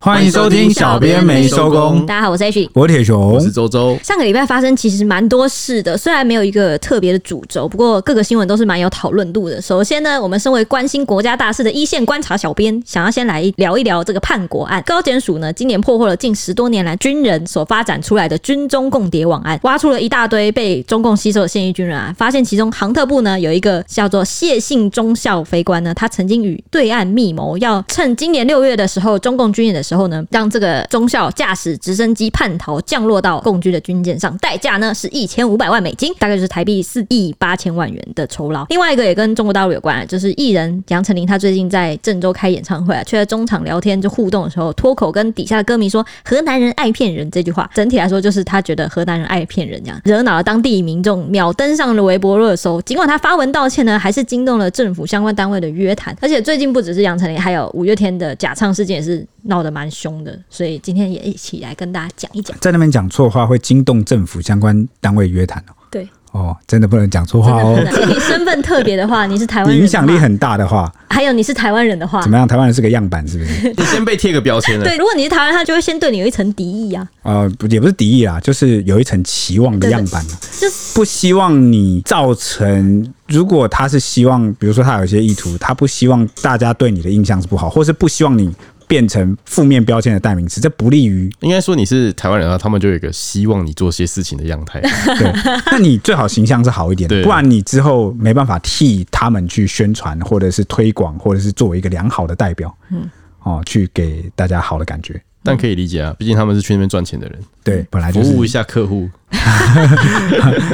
欢迎收听小编没收工大家好，我是 H。我是铁熊我是，周周，上个礼拜发生其实蛮多事的，虽然没有一个特别的主轴，不过各个新闻都是蛮有讨论度的。首先呢，我们身为关心国家大事的一线观察小编，想要先来聊一聊这个叛国案。高检署呢，今年破获了近十多年来军人所发展出来的军中共谍网案，挖出了一大堆被中共吸收的现役军人啊，发现其中航特部呢有一个叫做谢姓中校飞官呢，他曾经与对岸密谋，要趁今年六月的时候，中共军演的时候呢，让这个中校驾驶直升机叛逃，降落到共军的军舰上，代价呢是一千五百万美金，大概就是台币四亿八千万元的酬劳。另外一个也跟中国大陆有关啊，就是艺人杨丞琳，她最近在郑州开演唱会啊，却在中场聊天就互动的时候，脱口跟底下的歌迷说“河南人爱骗人”这句话。整体来说，就是他觉得河南人爱骗人这样，惹恼了当地民众，秒登上了微博热搜。尽管他发文道歉呢，还是惊动了政府相关单位的约谈。而且最近不只是杨丞琳，还有五月天的假唱事件也是闹得蛮凶的，所以今天也一起来跟大家讲一讲。在那边讲错话会惊动政府相关单位约谈哦。对，哦，真的不能讲错话哦真，的，你身份特别的话，啊你是台湾 人，影响力，很大的 话，还有你是台湾人的话怎。么样？台湾人是个样板，是不 是？你先被贴个标签了。对，如果你是台湾人，他就会先对你有一层敌 意啊，呃，不也不是敌意啦，就是有一层期望的样板啊就是不希望你造成。如果他是希望，比如说他有一些意图，他不希望大家对你的印象是不好，或是不希望你变成负面标签的代名词，这不利于应该说你是台湾人啊，他们就有一个希望你做些事情的样态。对，那你最好形象是好一点的，对不然你之后没办法替他们去宣传，或者是推广，或者是作为一个良好的代表，嗯，哦，去给大家好的感觉。但可以理解啊，毕竟他们是去那边赚钱的人，对，本来就服务一是下客户。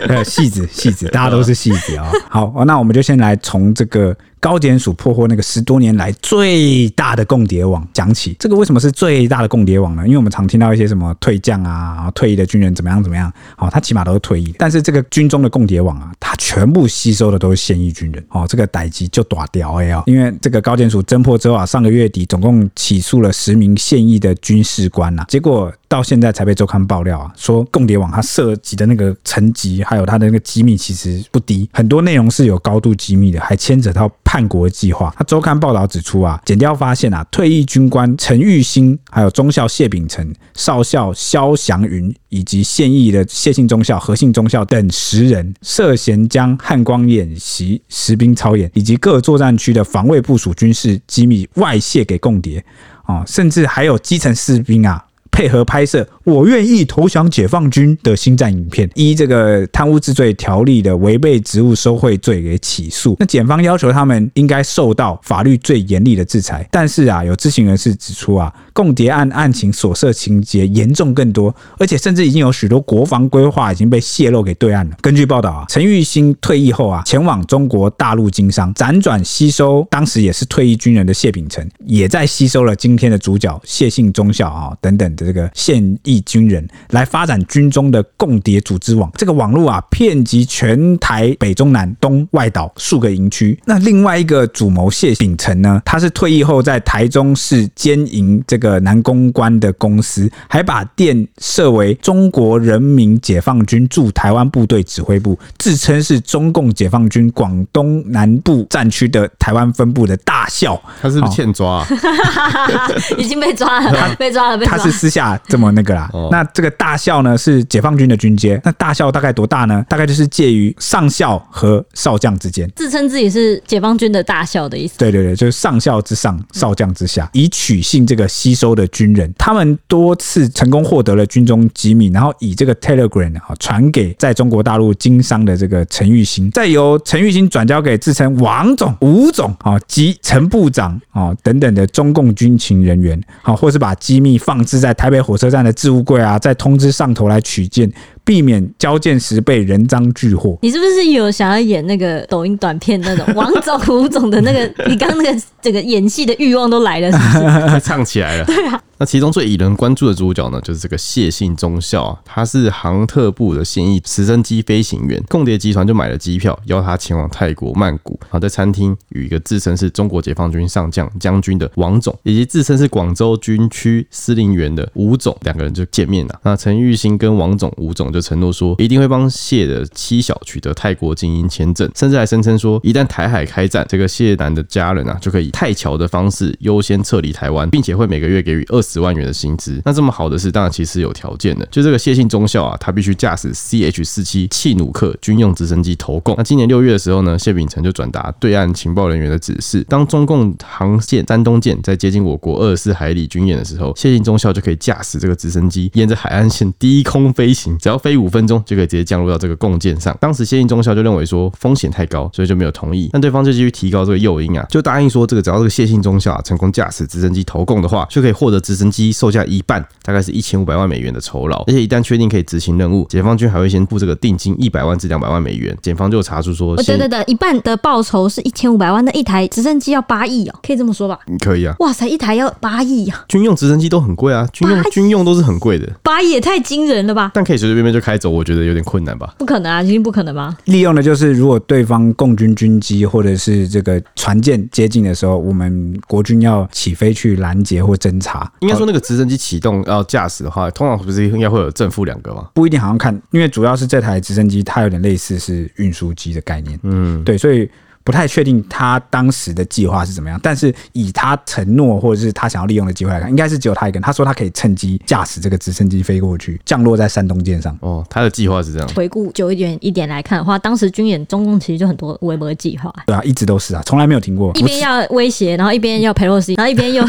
呃戏子，戏子，大家都是戏子啊、好，哦那我们就先来从这个高检署破获那个十多年来最大的共谍网讲起。这个为什么是最大的共谍网呢？因为我们常听到一些什么退将啊、然后退役的军人怎么样怎么样，哦，他起码都是退役，但是这个军中的共谍网啊，他全部吸收的都是现役军人哦，这个逮击就打掉哎哦，因为这个高检署侦破之后啊，上个月底总共起诉了十名现役的军事官呐、啊，结果到现在才被周刊爆料啊，说共谍网它涉及的那个层级还有它的那个机密其实不低，很多内容是有高度机密的，还牵扯到叛国计划。他周刊报道指出啊，检调发现啊，退役军官陈玉兴，还有中校谢秉成、少校肖祥云以及现役的谢姓中校、何姓中校等十人，涉嫌将汉光演习、实兵操演以及各作战区的防卫部署军事机密外泄给共谍。哦，甚至还有基层士兵啊，配合拍摄“我愿意投降解放军”的星战影片，依这个贪污治罪条例的违背职务收贿罪给起诉。那检方要求他们应该受到法律最严厉的制裁。但是啊，有知情人士指出啊，共谍案案情所涉情节严重更多，而且甚至已经有许多国防规划已经被泄露给对岸了。根据报道啊，陈玉兴退役后啊，前往中国大陆经商，辗转吸收当时也是退役军人的谢秉成，也在吸收了今天的主角谢姓中校啊、等等的这个现役军人，来发展军中的共谍组织网。这个网络啊，遍及全台北中南东外岛数个营区。那另外一个主谋谢秉成呢，他是退役后在台中市兼营这个南公关的公司，还把店设为中国人民解放军驻台湾部队指挥部，自称是中共解放军广东南部战区的台湾分部的大校。他是不是欠抓、啊？已经被抓了，被抓了，被抓他了是。私下这么那个啦。哦那这个大校呢是解放军的军阶，那大校大概多大呢？大概就是介于上校和少将之间。自称自己是解放军的大校的意思。对对对，就是上校之上，少将之下，以取信这个吸收的军人。他们多次成功获得了军中机密，然后以这个 Telegram 啊传给在中国大陆经商的这个陈玉兴，再由陈玉兴转交给自称王总、吴总啊及陈部长啊等等的中共军情人员，好、或是把机密放置在台北火车站的置物柜啊，再通知上头来取件，避免交件时被人赃俱获。你是不是有想要演那个抖音短片那种王总、吴总的 那个？你刚刚那个整个演戏的欲望都来了，是不 是？他唱起来了。对啊。那其中最引人关注的主角呢，就是这个谢姓中校啊，他是航特部的现役直升机飞行员。共谍集团就买了机票，邀他前往泰国曼谷，然后在餐厅与一个自称是中国解放军上将将军的王总，以及自称是广州军区司令员的吴总两个人就见面了。那陈玉兴跟王总、吴总就承诺说一定会帮谢的妻小取得泰国精英签证，甚至还声称说，一旦台海开战，这个谢男的家人啊就可以以泰侨的方式优先撤离台湾，并且会每个月给予二十万元的薪资。那这么好的事，当然其实有条件的，就这个谢姓中校啊，他必须驾驶 CH 四七契努克军用直升机投共。那今年六月的时候呢，谢秉成就转达对岸情报人员的指示，当中共航线山东舰在接近我国二十四海里军演的时候，谢姓中校就可以驾驶这个直升机沿着海岸线低空飞行，只要飞五分钟就可以直接降落到这个共舰上。当时谢姓中校就认为说风险太高，所以就没有同意。但对方就继续提高这个诱因啊，就答应说这个只要这个谢姓中校、啊、成功驾驶直升机投共的话，就可以获得直升机售价一半，大概是一千五百万美元的酬劳。而且一旦确定可以执行任务，解放军还会先付这个定金一百万至两百万美元。检方就查出说，我等等等，一半的报酬是一千五百万，那一台直升机要八亿哦，可以这么说吧？可以啊，哇塞，一台要八亿啊，军用直升机都很贵啊，军用八亿军用都是很贵的。八亿也太惊人了吧？但可以随随便便就开走，我觉得有点困难吧。不可能啊，一定不可能吧？利用的就是，如果对方共军军机或者是这个船舰接近的时候，我们国军要起飞去拦截或侦查，应该说那个直升机启动要驾驶的话，通常不是应该会有正负两个吗？不一定好像看，因为主要是这台直升机它有点类似是运输机的概念，嗯，对，所以不太确定他当时的计划是怎么样，但是以他承诺或者是他想要利用的机会来看，应该是只有他一个人。他说他可以趁机驾驶这个直升机飞过去，降落在山东舰上。哦，他的计划是这样。回顾久一点一点来看的话，当时军演中共其实就很多微博计划，对啊，一直都是啊，从来没有停过。一边要威胁，然后一边要佩洛西，然后一边 又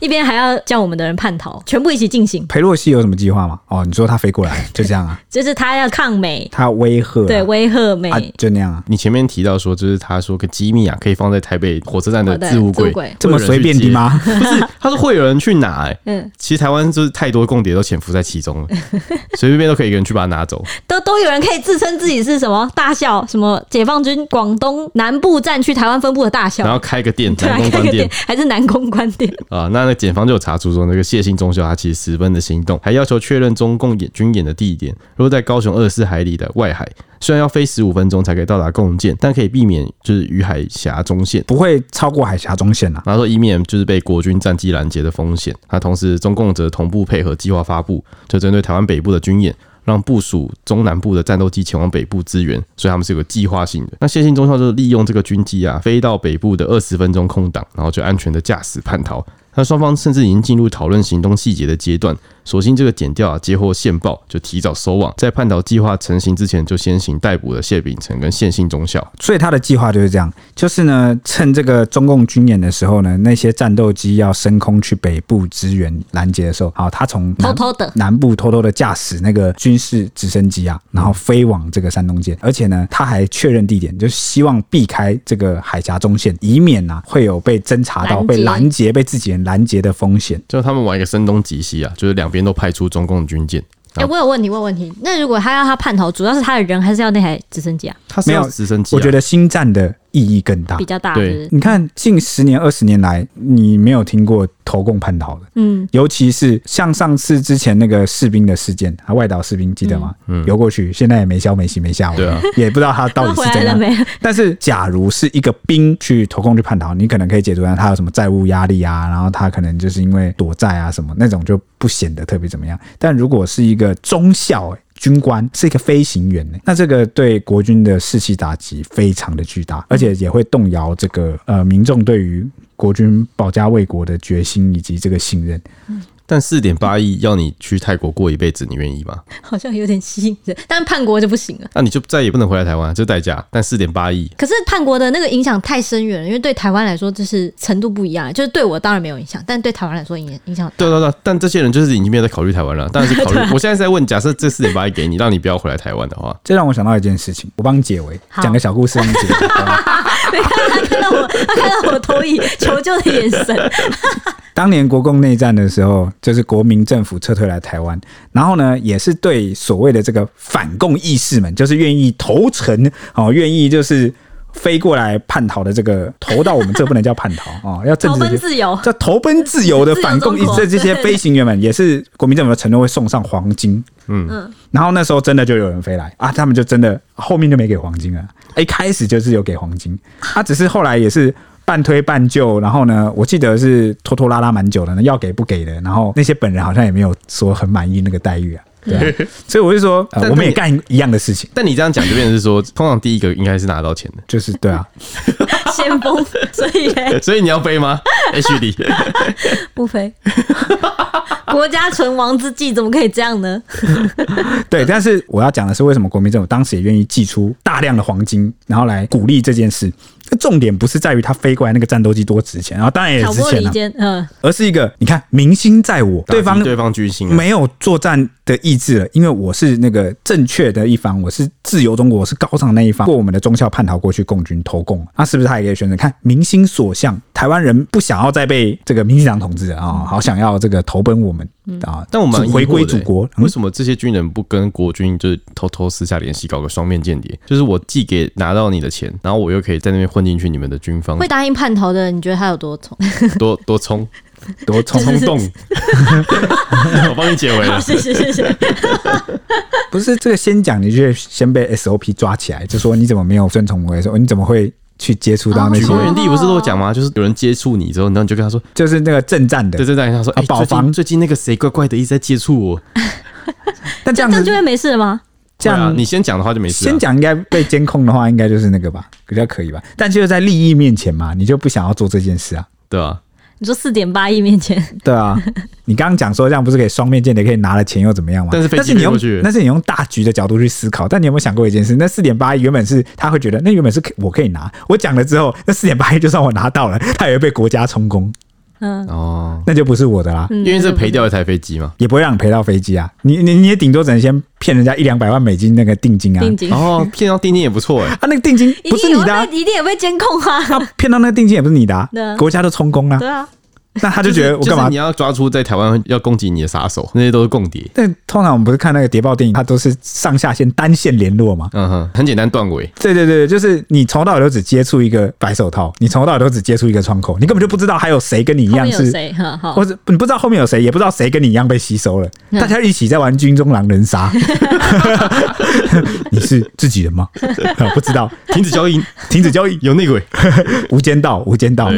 一边还要叫我们的人叛逃，全部一起进行，裴洛西有什么计划吗？哦，你说他飞过来就这样啊，就是他要抗美，他威吓、啊， 对，威吓美。啊，就那样啊，你前面提到说，就是他说个机密啊，可以放在台北火车站的哦对置物置柜物柜，这么随便的 吗？吗？不是，他说会有人去拿、欸，嗯，其实台湾就是太多共谍都潜伏在其 中了，随随便便都可以一个人去把它拿走。都都有人可以自称自己是什么大校，什么解放军广东南部战区台湾分部的大然校，后开个店，对啊南，宫 开关个店店还是南公关店，啊。那那检方就有查出说，那个谢姓中校他其实十分的心动，还要求确认中共演军演的地点，如果在高雄二十四海里的外海，虽然要飞十五分钟才可以到达共建，但可以避免就是与海峡中线。不会超过海峡中线啊。然后说以免就是被国军战机拦截的风险。那同时，中共则同步配合计划发布，就针对台湾北部的军演。让部署中南部的战斗机前往北部支援，所以他们是有个计划性的。那谢信中校就利用这个军机啊，飞到北部的二十分钟空档，然后就安全的驾驶叛逃。那双方甚至已经进入讨论行动细节的阶段，所幸这个剪掉啊，接获线报就提早收网，在叛逃计划成型之前就先行逮捕了谢秉成跟谢信中校。所以他的计划就是这样，就是呢，趁这个中共军演的时候呢，那些战斗机要升空去北部支援拦截的时候，好，他从 偷南偷的。南部偷偷的驾驶那个军事直升机嗯啊，然后飞往这个山东舰，而且呢，他还确认地点，就是希望避开这个海峡中线，以免啊会有被侦查到、拦截被拦截、被自己人拦截的风险。就他们玩一个声东击西啊，就是两边都派出中共军舰，哎、我有问题，我有问题。那如果他要他叛逃，主要是他的人，还是要那台直升机啊？他是是啊要要直升机、我觉，得星战的意义更大比。较大，对是不是你看，近十年、二十年来，你没有听过投共叛逃的，嗯，尤其是像上次之前那个士兵的事件，啊，外岛士兵记得吗？游过去，现在也没消没息没下文，嗯对啊，也不知道他到他底回是来怎了样。没？但是，假如是一个兵去投控去叛逃，你可能可以解读到他有什么债务压力啊，然后他可能就是因为躲债啊什么那种就不显得特别怎么样。但如果是一个中校、欸军官是一个飞行员、欸，那这个对国军的士气打击非常的巨大，而且也会动摇这个呃民众对于国军保家卫国的决心以及这个信任。但四点八亿要你去泰国过一辈子，你愿意吗？好像有点吸引人，但叛国就不行了。那你就再也不能回来台湾，这是代价。但四点八亿，可是叛国的那个影响太深远了，因为对台湾来说，就是程度不一样。就是对我当然没有影响，但对台湾来说影影响。对对对，但这些人就是已经没有在考虑台湾了，当然是 考虑。啊我现在是在问，假设这四点八亿给你，让你不要回来台湾的话，这让我想到一件事情，我帮你解围，好讲个小故事让你解围。好不好你看他看到我，他看到我投以求救的眼 神。当年国共内战的时候，就是国民政府撤退来台湾，然后呢，也是对所谓的这个反共义士们，就是愿意投诚哦，愿意就是飞过来叛逃的这个投到我们这不能叫叛逃哦，要政投治正奔确自由，叫投奔自由的反共义自由中士，国这些飞行员们也是国民政府的承诺会送上黄金。嗯，然后那时候真的就有人飞来啊，他们就真的后面就没给黄金了，一开始就是有给黄金，他、只是后来也是半推半就，然后呢，我记得是拖拖拉拉蛮久的呢，要给不给的，然后那些本人好像也没有说很满意那个待遇啊，对 啊、所以我就说、呃但我们也但干一样的事情，但你这样讲就变成是说，通常第一个应该是拿到钱的，就是对啊，先锋，所以 嘞所以你要飞吗？H D， 不飞。国家存亡之际，怎么可以这样呢？对。但是我要讲的是，为什么国民政府当时也愿意寄出大量的黄金，然后来鼓励这件事？重点不是在于它飞过来那个战斗机多值钱，然后当然也挑值拨钱离了、间，嗯，而是一个你看民心在我，对打方击对方军心啊，没有作战的意志了，因为我是那个正确的一方，我是自由中国，我是高尚那一方，过我们的忠孝叛逃过去共军投共，那、是不是他也可以宣称，看民心所向，台湾人不想要再被这个民进党统治了啊、好想要这个投奔我们啊，但我们回归祖国，嗯欸为什么这些军人不跟国军就是偷偷私下联系，搞个双面间谍？就是我寄给拿到你的钱，然后我又可以在那边混进去你们的军方会，答应叛逃的人，你觉得他有多聪？多多冲多冲就是动， 我帮你解嗯围了。谢谢谢谢。不是这个先讲，你就先被 SOP 抓起来，就说你怎么没有遵从我的说，你怎么会去接触到那啊举些，国原地不是都有讲吗？就是有人接触你之后，然后你就跟他说，就是那个正战对的，对对，他说，哎、啊保最近防最近那个谁怪怪的一直在接触我，但这这样样子就会没事了吗？这对啊样你先讲的话就没事、啊。先讲应该被监控的话，应该就是那个吧，比较可以吧。但就是在利益面前嘛，你就不想要做这件事啊，对啊，你说四点八亿 面前，对啊。你刚刚讲说这样不是可以双面间谍，可以拿了钱又怎么样嘛？但是飞机你飞用过去那是你用大局的角度去思考。但你有没有想过一件事？那四点八亿原本是他会觉得那原本是可我可以拿，我讲了之后，那四点八亿就算我拿到了，他也会被国家充公，嗯，哦，那就不是我的啦。嗯因为这赔掉一台飞机嘛。也不会让你赔到飞机啊，你你你也顶多只能先骗人家一两百万美金那个定金啊，定金哦，骗到定金也不错哎、啊那个定金一不定是你有的、啊被，，一定有被监控 啊。骗到那个定金也不是你的、啊 对啊，国家都充公啊，对啊，那 他就觉得我是干嘛你？要抓出在台湾要攻击你的杀手，那些都是共谍。但通常我们不是看那个谍报电影，它都是上下线单线联络嘛？嗯哼，很简单断 尾。对对对，就是你从头到尾都只接触一个白手套，你从头到尾都只接触一个窗口，你根本就不知道还有谁跟你一后样面有是，谁？啊哈好或，者你不知道后面有谁，也不知道谁跟你一样被吸收了，嗯大家一起在玩军中狼人杀。 你是自己人吗？ 不知道，停止交易，停止交易，有内 鬼。无间道，无间道，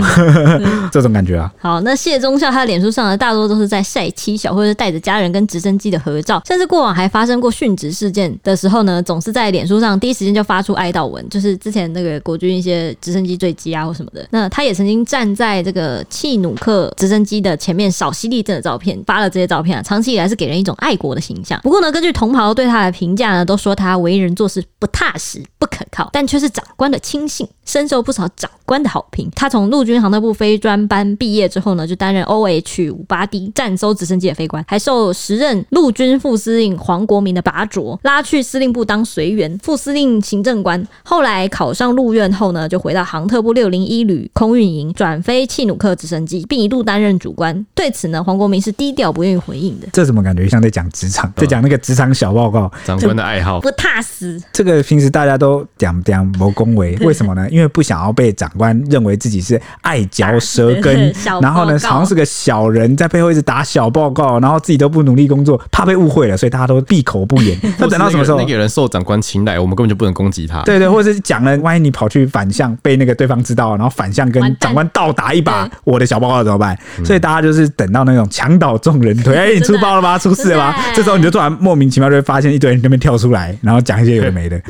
这种感觉啊。好，那谢忠孝他的脸书上呢，大多都是在晒妻小，或者是带着家人跟直升机的合照，甚至过往还发生过殉职事件的时候呢，总是在脸书上第一时间就发出哀悼文，就是之前那个国军一些直升机坠机啊或什么的。那他也曾经站在这个契努克直升机的前面扫息地震的照片，发了这些照片啊，长期以来是给人一种爱国的形象。不过呢，根据同袍对他的评价呢，都说他为人做事不踏实、不可靠，但却是长官的亲信，深受不少长官的好评。他从陆军航特部飞专班毕业之后呢，就担任 OH 五八 D 战搜直升机的飞官，还受时任陆军副司令黄国明的拔擢，拉去司令部当随员、副司令、行政官。后来考上陆院后呢，就回到航特部六零一旅空运营，转飞契努克直升机，并一度担任主官。对此呢，黄国明是低调不愿意回应的，这怎么感觉像在讲职场，在讲那个职场小报告？长官的爱好，不踏实。这个平时大家都讲讲谋恭维，为什么呢？因为不想要被长官认为自己是爱嚼舌根小，报告然后呢，好像是个小人，在背后一直打小报告，然后自己都不努力工作，怕被误会了，所以大家都闭口不言。那等到什么时候或是那个？那个人受长官青睐，我们根本就不能攻击他。对对，或者是讲了，万一你跑去反向被那个对方知道，然后反向完跟蛋长官倒打一把对，我的小报告怎么办？所以大家就是等到那种墙倒众人 推，哎，你出包了吧，出事了吧真的？这时候你就突然莫名其妙就会发现一堆人在那边跳出来，然后讲一些有的没 的。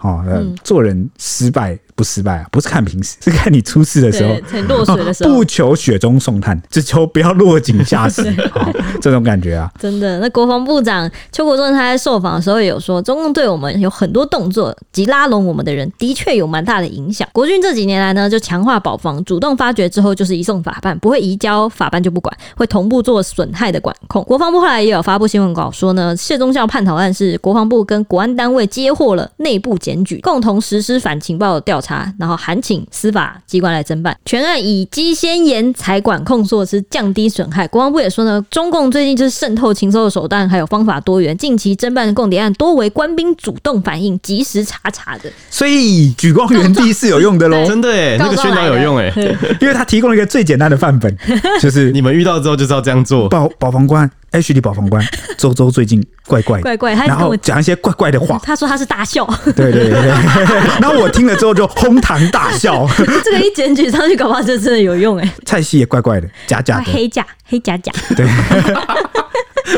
哦，呃嗯做人失败不失败啊，不是看平时，是看你出事的时候对，。很落水的时 候不。求雪中送炭，只求不要落井下石，哦这种感觉啊。真的，那国防部长邱国正他在受访的时候也有说，中共对我们有很多动作及拉拢我们的人，的确有蛮大的影响。国军这几年来呢，就强化保防，主动发掘之后就是移送法办，不会移交法办就不管，会同步做损害的管控。国防部后来也有发布新闻稿说呢，谢宗孝叛逃案是国防部跟国安单位接获了内部检举，共同实施反情报调查，然后函请司法机关来侦办。全案以机先严裁管控措施，降低损害。国防部也说呢，中共最近就是渗透情搜的手段还有方法多元，近期侦办的共谍案多为官兵主动反映，及时查查的。所以举光原地是有用的 喽，真的哎，那个宣导有用哎，因为它提供了一个最简单的范本，就是你们遇到之后就知道这 样做。保保防官 H D 保防 官周周最近怪怪的怪怪他一直哎然跟后我讲一些怪怪的 话，他说他是大笑，对对对对，然后我听了之后就哄堂大 笑。这个一检举上去，搞不好就真的有用哎、蔡西也怪怪的，假假黑的，甲黑甲甲。对，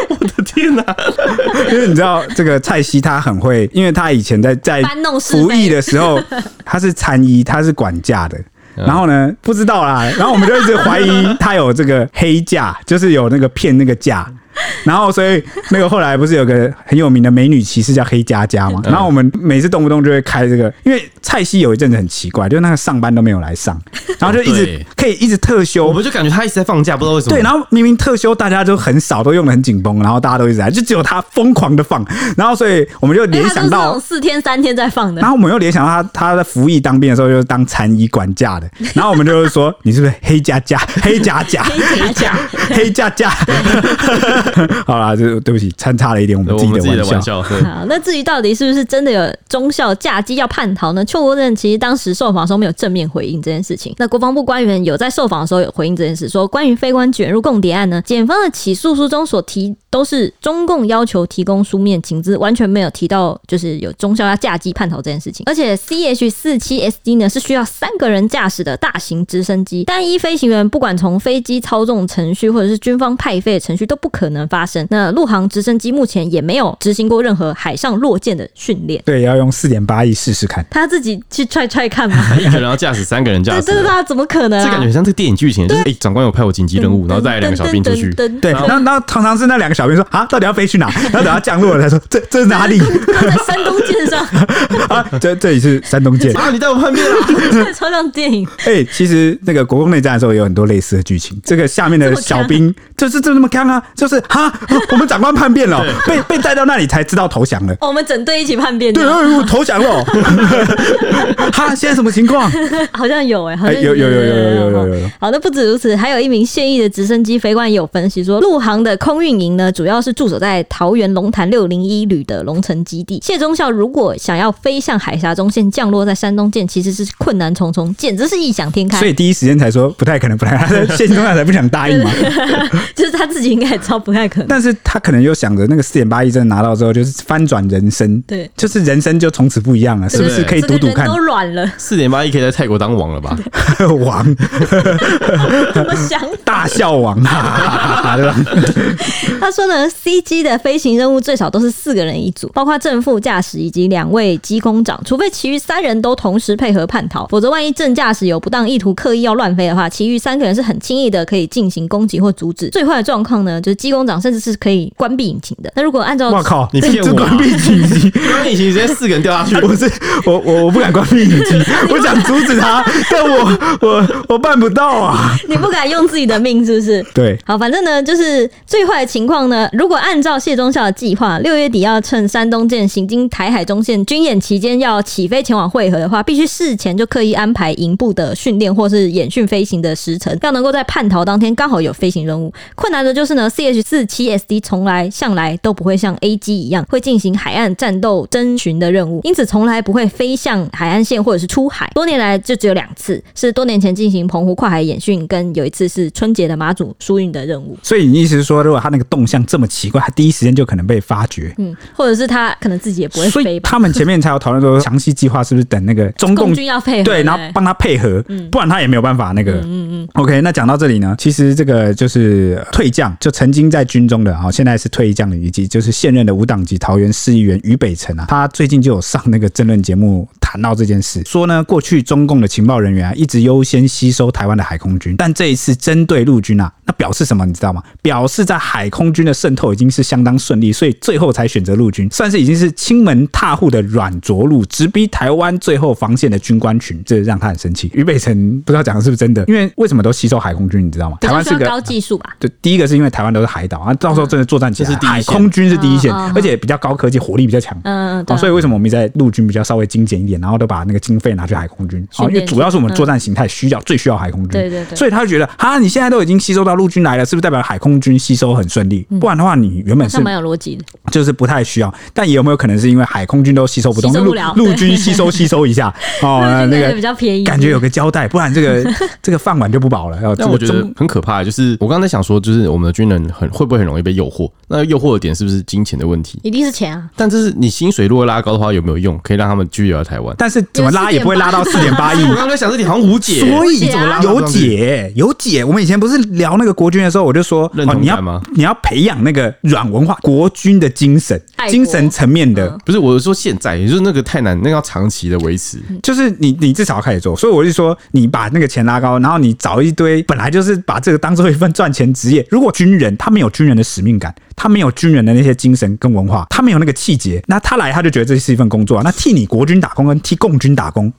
我的天哪、 因为你知道这个蔡西他很会，因为他以前在在 搬弄是非服役的时 候，他是参医，他是管架的。然后呢，不知道啦，然后我们就一直怀 疑他有这个黑价，就是有那个骗那个价。然后，所以那个后来不是有个很有名的美女骑士叫黑佳佳嘛？然后我们每次动不动就会开这个，因为蔡西有一阵子很奇怪，就那个上班都没有来上，然后就一直对可以一直特休我，们就感觉他一直在放假，不知道为什么。对，然后明明特休大家都很少，都用的很紧绷，然后大家都一直来，就只有他疯狂的放，然后所以我们就因为联它都想哎是那到种，四天三天在放的然，后我们又联想到他他在服役当兵的时候就是当残医管架的，然后我们就是说你是不是黑加 加黑加加黑加加黑加 加？好啦，就对不起，参差了一点我们对自我己们的自己的玩笑玩。笑，对好，那至于到底是不是真的有中校假机要叛逃呢？邱国正其实当时受访的时候没有正面回应这件事情。那国防部官员有在受访的时候有回应这件事，说关于非官卷入共谍案呢，检方的起诉书中所提都是中共要求提供书面情资，完全没有提到就是有中校要架机叛逃这件事情。而且 CH 四七 SD 呢是需要三个人驾驶的大型直升机，单一飞行员不管从飞机操纵程序或者是军方派飞的程序都不可能发生。那陆航直升机目前也没有执行过任何海上落舰的训练，对，要用四点八亿试试看。他自己去踹踹看嘛？一个人要驾驶三个人驾对驶，啊对对，他怎么可能、这啊？感觉很像这个电影剧情，就是哎、长官有派我紧急任务，然后带两个小兵出去。噔噔对，然后然后常常是那两个小兵说啊，到底要飞去哪？然后等他降落了，他说这这是哪里 噔在山东舰上，啊？这这里是山东舰。啊！你在我旁边啊！ 超像电影。 哎、其实那个国共内战的时候也有很多类似的剧情。这个下面的小啊兵就是就那么刚啊，就是哈，我们长官叛变了，被被带到那里才知道投降了。哦我们整队一起叛变，对，哎呦，投降 了！哈，现在什么情况？好像有哎、好像哎有有有有有有有有有。好，那不止如此，还有一名现役的直升机飞官也有分析说，陆航的空运营呢，主要是驻守在桃园龙潭六零一旅的龙城基地。谢忠孝如果想要飞向海峡中线，降落在山东舰，其实是困难重重，简直是异想天开所。以第一时间才说不太可能，不太可能，现阶段才不想答应嘛。 就是他自己应该也知道不太可能。但是他可能又想着那个四点八亿真的拿到之后，就是翻转人生，对就是人生就从此不一样 了，是不是可以这赌个赌人看 都软了，四点八亿可以在泰国当王了吧？王怎么想大笑王啊，对吧？哦他说呢，CG 的飞行任务最少都是四个人一组，包括正副驾驶以及两位机工长，除非其余三人都同时配合叛逃，否则万一正驾驶有不当意图刻意要乱飞的话，其余三个人是很轻易的可以进行攻击或阻止。最坏的状况呢，就是机工长甚至是可以关闭引擎的。那如果按照我靠，你骗这我啊关闭信 息。那你其实直接四个人掉下去，我是 我我我不敢关闭眼 睛，我想阻止他，但我我我办不到 啊。 你不敢用自己的命，是不是？对，好，反正呢，就是最坏的情况呢，如果按照谢忠孝的计划，六月底要趁山东舰行经台海中线军演期间要起飞前往会合的话，必须事前就刻意安排营部的训练或是演训飞行的时程，要能够在叛逃当天刚好有飞行任务。困难的就是呢，CH 四七 SD 从来向来都不会像 A 机一样会进行海岸战斗征询的任务，因此从来不会飞向海岸线或者是出海。多年来就只有两次，是多年前进行澎湖跨海演训，跟有一次是春节的马祖疏运的任务。所以你意思是说，如果他那个动向这么奇怪，他第一时间就可能被发觉。嗯，或者是他可能自己也不会所飞以吧。他们前面才有讨论说，详细计划是不是等那个中共共军要配合，对，然后不帮他配合，不然他也没有办法那个。嗯嗯嗯， OK，那讲到这里呢，其实这个就是呃退将，就曾经在军中的啊，现在是退役将领，以及就是现任的无党籍桃园市议员于北辰啊，他最近就有上那个政论节目谈到这件事，说呢，过去中共的情报人员啊，一直优先吸收台湾的海空军，但这一次针对陆军啊，那表示什么你知道吗？表示在海空军的渗透已经是相当顺利，所以最后才选择陆军，算是已经是亲门踏户的软着陆，直逼台湾最后防线的军官群，这让他很生气。于北辰不知道讲的是不是真的，因为为什么都吸收海空军，你知道吗？比台较湾需是要个高技术吧。对，第一个是因为台湾都是海岛啊，到时候真的作战起来，这是第一海线空军是第一线，嗯嗯嗯而且比较高科技，火力比较强。嗯，嗯对哦，啊，所以为什么我们在陆军比较稍微精简一点，然后都把那个经费拿去海空军？哦，因为主要是我们作战形态需要、最需要海空军。嗯对对对所以他就觉得，哈，嗯你现在都已经吸收到陆军来了，是不是代表海空军吸收很顺利？不然的话，你原本好是像蛮有逻辑的。就是不太需要，但也有没有可能是因为海空军都吸收不动，吸收不陆了陆对军吸收吸收一下哦，那 那那个个比较便宜，感觉有个交代，不然这 个这个饭碗就不保了。哦这但个我觉得中很可怕，就是我刚才想说，就是我们的军人很会不会很容易被诱惑？那诱惑的点是不是金钱的问题？一定是钱啊。但这是你薪水如果拉高的话，有没有用？可以让他们继续留在台湾？但是怎么拉也不会拉到四点八亿。我刚才想这点好像无解，所有以解啊有解有解，我们以前不是聊那个国军的时候，我就说认哦，同感你要吗你要培养那个软文化，国军的精神，爱国精神层面的，嗯不是，我是说现在，也就是那个太难，那个要长期的维持。就是你你至少要开始做。所以我就说，你把那个钱拉高，然后你找一堆本来就是把这个当做一份赚钱职业。 如果军人他没有军人的使命感，他没有军人的那些精神跟文化，他没有那个气节，那他来他就觉得这是一份工作啊。那替你国军打工跟替共军打工，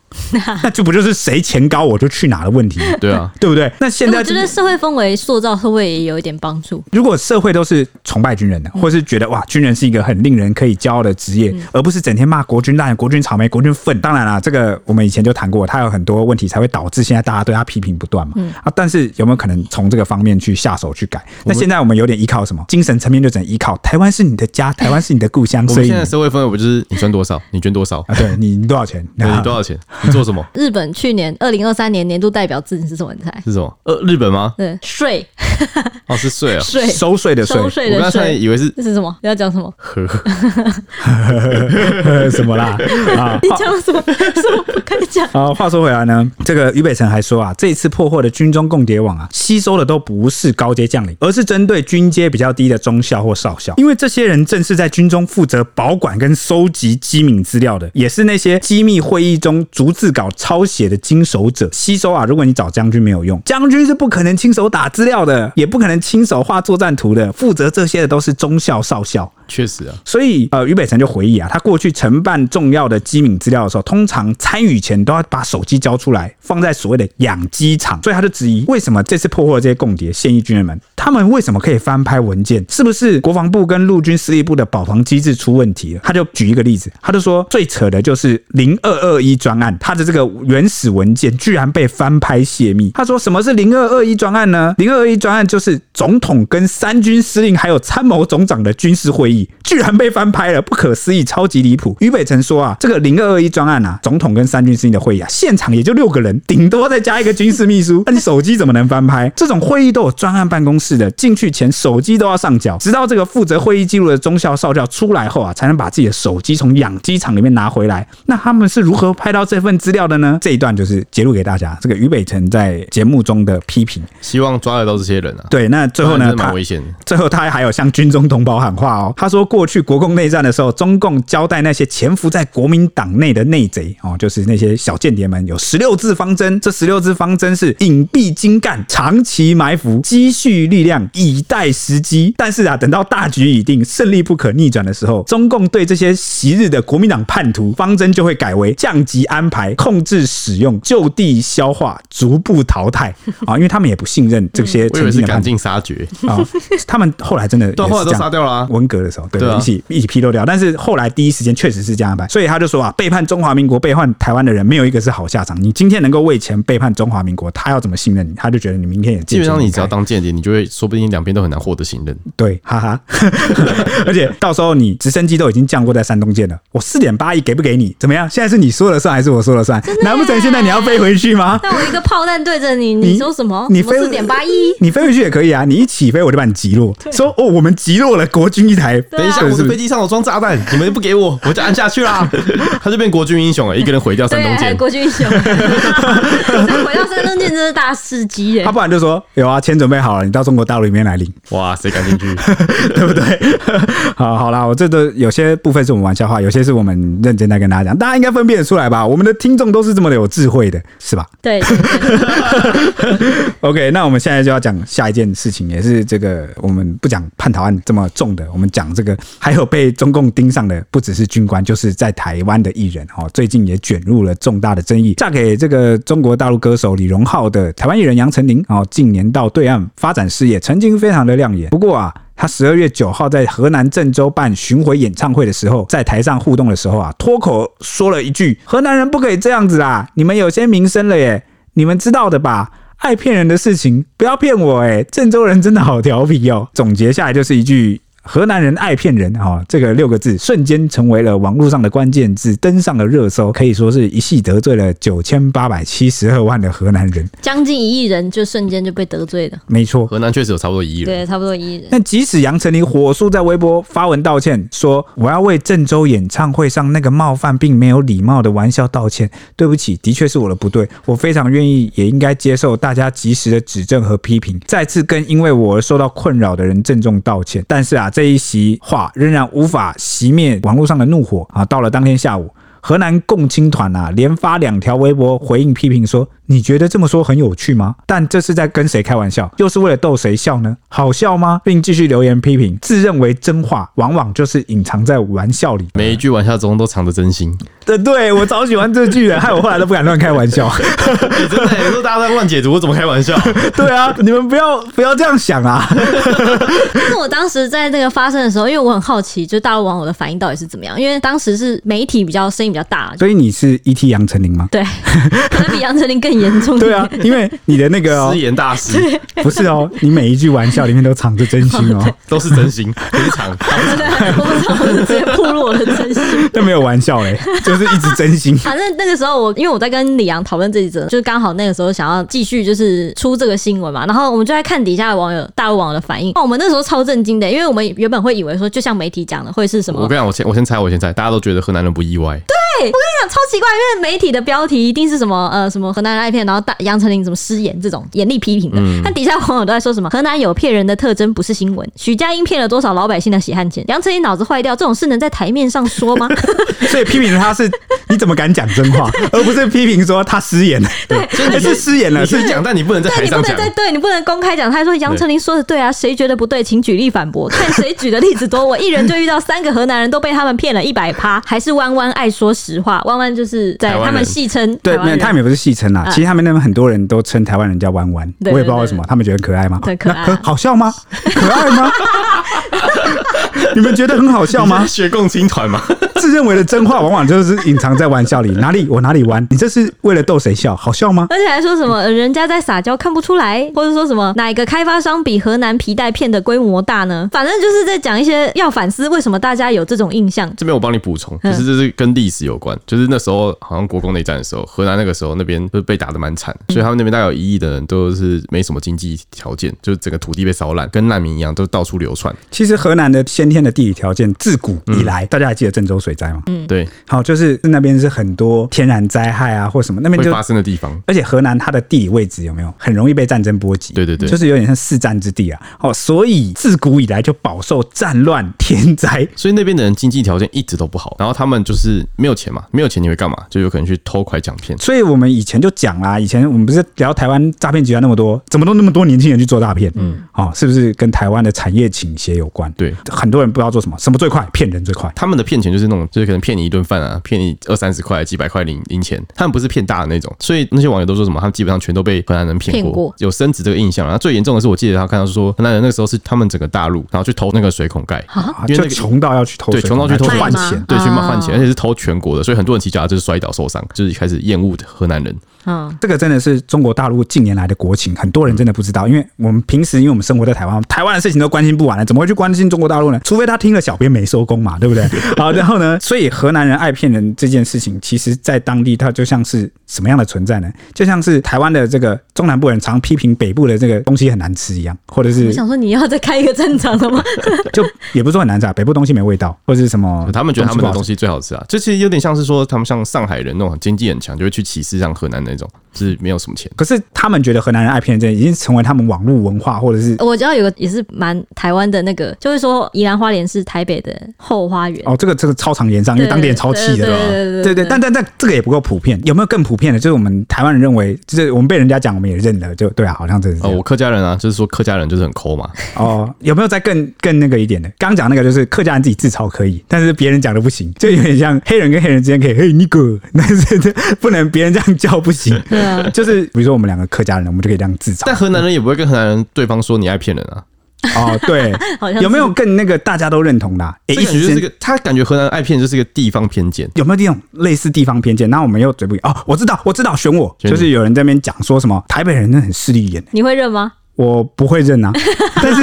那这不就是谁钱高我就去哪的问题吗？对啊，对不对？那现在哎我觉得社会氛围塑造会不会也有一点帮助？如果社会都是崇拜军人嗯的，或是觉得哇，军人是一个很令人可以骄傲的职业，而不是整天骂国军烂、国军草莓、国军粪。当然啦，这个我们以前就谈过，他有很多问题才会导致现在大家对他批评不断嘛。嗯啊，但是有没有可能从这个方面去下手去改？那现在我们有点依靠什么？精神层面就只能依靠台湾是你的 家，台湾是你的故乡，我所们以现你在社会氛围不就是你赚多少，你捐多少， 啊，对你多少钱？对你多少钱，你做 什么？日本去年二零二三年年度代表字是什么？你猜？是什么？呃，日本吗？对，税 哦，是 税啊。税收税的税收，税我的刚才税，以为是这是什么？你要讲什么？和呃 什么啦？啊， 你讲 什么？什么不该 讲？ 好，话说回来呢，这个俞北辰还说啊，这一次破获的军中共谍网啊，吸收的都不是高阶将领，而是针对军阶比较低的中校或少校，因为这些人正是在军中负责保管跟收集机敏资料的，也是那些机密会议中逐字稿抄写的经手者。吸收啊，如果你找将军没有用，将军是不可能亲手打资料的，也不可能亲手画作战图的，负责这些的都是中校、少校。确实啊，所以，呃，俞北辰就回忆啊，他过去承办重要的机敏资料的时候，通常参与前都要把手机交出来，放在所谓的养鸡场。所以他就质疑，为什么这次破获的这些共谍现役军人们，他们为什么可以翻拍文件？是不是国防部跟陆军司令部的保防机制出问题了？他就举一个例子，他就说最扯的就是零二二一专案，它的这个原始文件居然被翻拍泄密。他说什么是零二二一专案呢？零二二一专案就是总统跟三军司令还有参谋总长的军事会议，居然被翻拍了，不可思议，超级离谱。俞北辰说啊，这个零二二一专案啊，总统跟三军司令的会议啊，现场也就六个人，顶多再加一个军事秘书，那你手机怎么能翻拍？这种会议都有专案办公室的，进去前手机都要上缴，直到这个负责会议记录的中校少校出来后啊，才能把自己的手机从养鸡场里面拿回来。那他们是如何拍到这份资料的呢？这一段就是揭露给大家，这个俞北辰在节目中的批评。希望抓得到这些人啊。对，那最后不然呢，真的他蛮危险的。最后，他还有向军中同胞喊话哦。他说，过去国共内战的时候，中共交代那些潜伏在国民党内的内贼哦，就是那些小间谍们，有十六字方针。这十六字方针是隐蔽精干，长期埋伏，积蓄力量，以待时机。但是啊，等到大局已定，胜利不可逆转的时候，中共对这些昔日的国民党叛徒方针就会改为降级安排、控制使用、就地消化、逐步淘汰啊、因为他们也不信任这些嗯我以曾为是经的叛赶徒。尽杀 绝，啊、他们后来真的也是到后来这都杀样。掉了啊。文革的时候，对，对啊一起一起批斗掉。但是后来第一时间确实是这样安排，所以他就说啊，背叛中华民国、背叛台湾的人，没有一个是好下场。你今天能够为钱背叛中华民国，他要怎么信任你？他就觉得你明天也基本上你只要当。当间谍，你就会说不定两边都很难获得信任。对，哈哈。 而且到时候你直升机都已经降过在山东舰了，我四点八亿给不给你？怎么样？现在是你说了算还是我说了算？难不成现在你要飞回去吗？但我一个炮弹对着你，你说什么？你什么飞四点八一？你飞回去也可以啊，你一起飞我就把你击落。说哦，我们击落了国军一台对啊等一下，我的飞机上有装 炸弹，你们不给我，我就按下去啦。他就变国军英雄了，啊一个人毁掉山对，东还有哎舰。国军英 雄，这回到山东舰真是大事机耶他！不然就说有啊，钱准备好了，你到中国大陆里面来领，哇，谁敢进去？对不对？好，好啦，我这个有些部分是我们玩笑话，有些是我们认真在跟大家讲，大家应该分辨得出来吧？我们的听众都是这么的有智慧的，是吧对，对对？OK，那我们现在就要讲下一件事情，也是这个我们不讲叛逃案这么重的，我们讲这个还有被中共盯上的，不只是军官，就是在台湾的艺人哦，最近也卷入了重大的争议。嫁给这个中国大陆歌手李荣浩的台湾艺人杨丞琳哦，近年到对岸发展事业，曾经非常的亮眼。不过啊。他十二月九号在河南郑州办巡回演唱会的时候，在台上互动的时候啊，脱口说了一句：“河南人不可以这样子啊，你们有些名声了耶，你们知道的吧。”爱欸骗人的事情，不要骗我哎、郑州人真的好调皮哦。总结下来就是一句河南人爱骗人啊、哦这个六个字瞬间成为了网络上的关键字，登上了热搜，可以说是一系得罪了九千八百七十二万的河南人。将近一亿人就瞬间就被得罪了，没错，河南确实有差不多一亿人，对，差不多一亿人。但即使杨丞琳火速在微博发文道歉，说我要为郑州演唱会上那个冒犯并没有礼貌的玩笑道歉，对不起，的确是我的不对，我非常愿意也应该接受大家及时的指正和批评，再次跟因为我而受到困扰的人郑重道歉。但是啊，这一席话仍然无法熄灭网络上的怒火啊！到了当天下午。河南共青团啊，连发两条微博回应批评说：“你觉得这么说很有趣吗？但这是在跟谁开玩笑？又是为了逗谁笑呢？好笑吗？”并继续留言批评，自认为真话往往就是隐藏在玩笑里。每一句玩笑中都藏着真心。对对，我超喜欢这句 的，害我后来都不敢乱开玩笑。欸真的欸，有时候大家在乱解读，我怎么开玩笑？对啊，你们不要不要这样想啊！因为我当时在那个发生的时候，因为我很好奇，就大陆网友的反应到底是怎么样，因为当时是媒体比较声音比较大，所以你是 E T 杨丞琳吗？对， 可能比杨丞琳更严重一对点。 啊，因为你的那个、 哦失、言大师不是哦，你每一句玩笑里面都藏着真心 哦，都是真心，不是藏。我不知道，我就直接暴露我的真心。都没有玩笑嘞，就是一直真心。反正那个时候我，因为我在跟李阳讨论这一则，就是刚好那个时候想要继续就是出这个新闻嘛，然后我们就在看底下的网友、大陆网友的反应。哦，我们那时候超震惊的，因为我们原本会以为说，就像媒体讲的会是什么我跟你讲，我先我先猜，我先猜，大家都觉得河南人不意外，超奇怪，因为媒体的标题一定是什么呃什么河南人爱骗，然后大杨丞琳什么失言这种严厉批评的，嗯但底下网友都在说什么河南有骗人的特征不是新闻，许家印骗了多少老百姓的血汗钱，杨丞琳脑子坏掉，这种事能在台面上说吗？所以批评他是你怎么敢讲真话，而不是批评说他失言了。 对，欸是失言了，你是是讲，但你不能在对台你不上能讲。再对你不能公开讲，他还说杨丞琳说的对啊，谁觉得不对，请举例 反驳，看谁举的例子多，我一人就遇到三个河南人都被他们骗了一百趴，还是弯弯爱说实话，弯弯就是在台湾人他们戏称对，台湾没有，人他们也不是戏称啦。嗯其实他们那边很多人都称台湾人叫弯弯，我对也不知道为什么，他们觉得很可爱吗？对可爱那好笑吗？可爱 吗？你们觉得很好笑你吗是？学共青团吗？自认为的真话，往往就是隐藏在玩笑里。哪里我哪里弯？你这是为了逗谁笑？好笑吗？而且还说什么呃人家在撒娇看不出来，或者说什么哪一个开发商比河南皮带片的规模大呢？反正就是在讲一些要反思为什么大家有这种印象。这边我帮你补充，嗯就是这是跟历史有关，就是那时候好像国共内战的时候，河南那个时候那边就是被打得蛮惨，所以他们那边大概有一亿的人都是没什么经济条件，就是整个土地被烧烂，跟难民一样，都到处流窜。其实河南的先天的地理条件，自古以嗯来，大家还记得郑州水灾吗？对，好，就是那边是很多天然灾害啊，或什么，那边会就发生的地方。而且河南它的地理位置有没有很容易被战争波及？对对对就是有点像四战之地啊。哦，所以自古以来就饱受战乱、天灾。所以那边的人经济条件一直都不好，然后他们就是没有钱嘛，没有钱你会干嘛？就有可能去偷拐抢骗。所以我们以前就讲啦，以前我们不是聊台湾诈骗集团那么多，怎么都那么多年轻人去做诈骗？嗯，哦，是不是跟台湾的产业倾斜有关？，对，很多人不知道做什么，什么最快？骗人最快。他们的骗钱就是那种，就是可能骗你一顿饭啊，骗你二三十块、几百块零零钱，他们不是骗大的那种。所以那些网友都说什么，他们基本上全都被河南人骗骗过，过有升值这个印象。然后最严重的是，我记得他看到说，河南人那个时候是他们整个大陆，然后去偷那个水孔盖。啊、因为就那个穷到要去偷对，水，穷到去偷来水换孔钱。对，去啊骂换钱，而且是偷全国的，所以很多人骑脚踏车摔倒受伤，就是开始厌恶河南人。嗯，这个真的是中国大陆近年来的国情，很多人真的不知道，因为我们平时因为我们生活在台湾，台湾的事情都关心不完了，怎么会去关心中国大陆呢？除非他听了小编没收工嘛，对不对？好，然后呢，所以河南人爱骗人这件事情，其实在当地它就像是什么样的存在呢？就像是台湾的这个中南部人常批评北部的这个东西很难吃一样，或 者我是想说你要再开一个战场了吗？就也不是说很难吃啊，北部东西没味道，或者是什么，他们觉得他们的东西西最好吃啊，这其实有点像是说，他们像上海人那种经济很强，就会去歧视像河南那种，是没有什么钱。不好吃。可是他们觉得河南人爱骗人，这已经成为他们网络文化，或者是 我知道有个也是蛮台湾的那个，就是说宜兰花莲是台北的后花园，哦，这个这个超常言上，因为当地人超气的，对吧？对对对对对对，但但但这个也不够普遍，有没有更普遍的？就是我们台湾人认为，就是我们被人家讲，我们也认了，就对啊，好像真的是这哦，样我客家人啊，就是说客家人就是很 抠嘛，哦，有没有再更更那个一点的？刚讲那个就是客家人自己自嘲可以，但是别人讲的不行，就有点像黑人跟黑人之间可以嘿你个，但是这不能别人这样叫不行。 对啊，就是比如说我们两个客家人，我们就可以这样自嘲但。河南人也不会跟河南人对方说你爱骗人啊，哦， 对，好像是有没有更那个大家都认同的、啊？诶这感一时觉就间是个他感觉河南人爱骗人就是一个地方偏见。有没有这种类似地方偏见？那我们又嘴不一哦，我知道，我知道，选我，选就你是有人在那边讲说什么台北人真的很势利眼，你会认吗？我不会认啊， 但是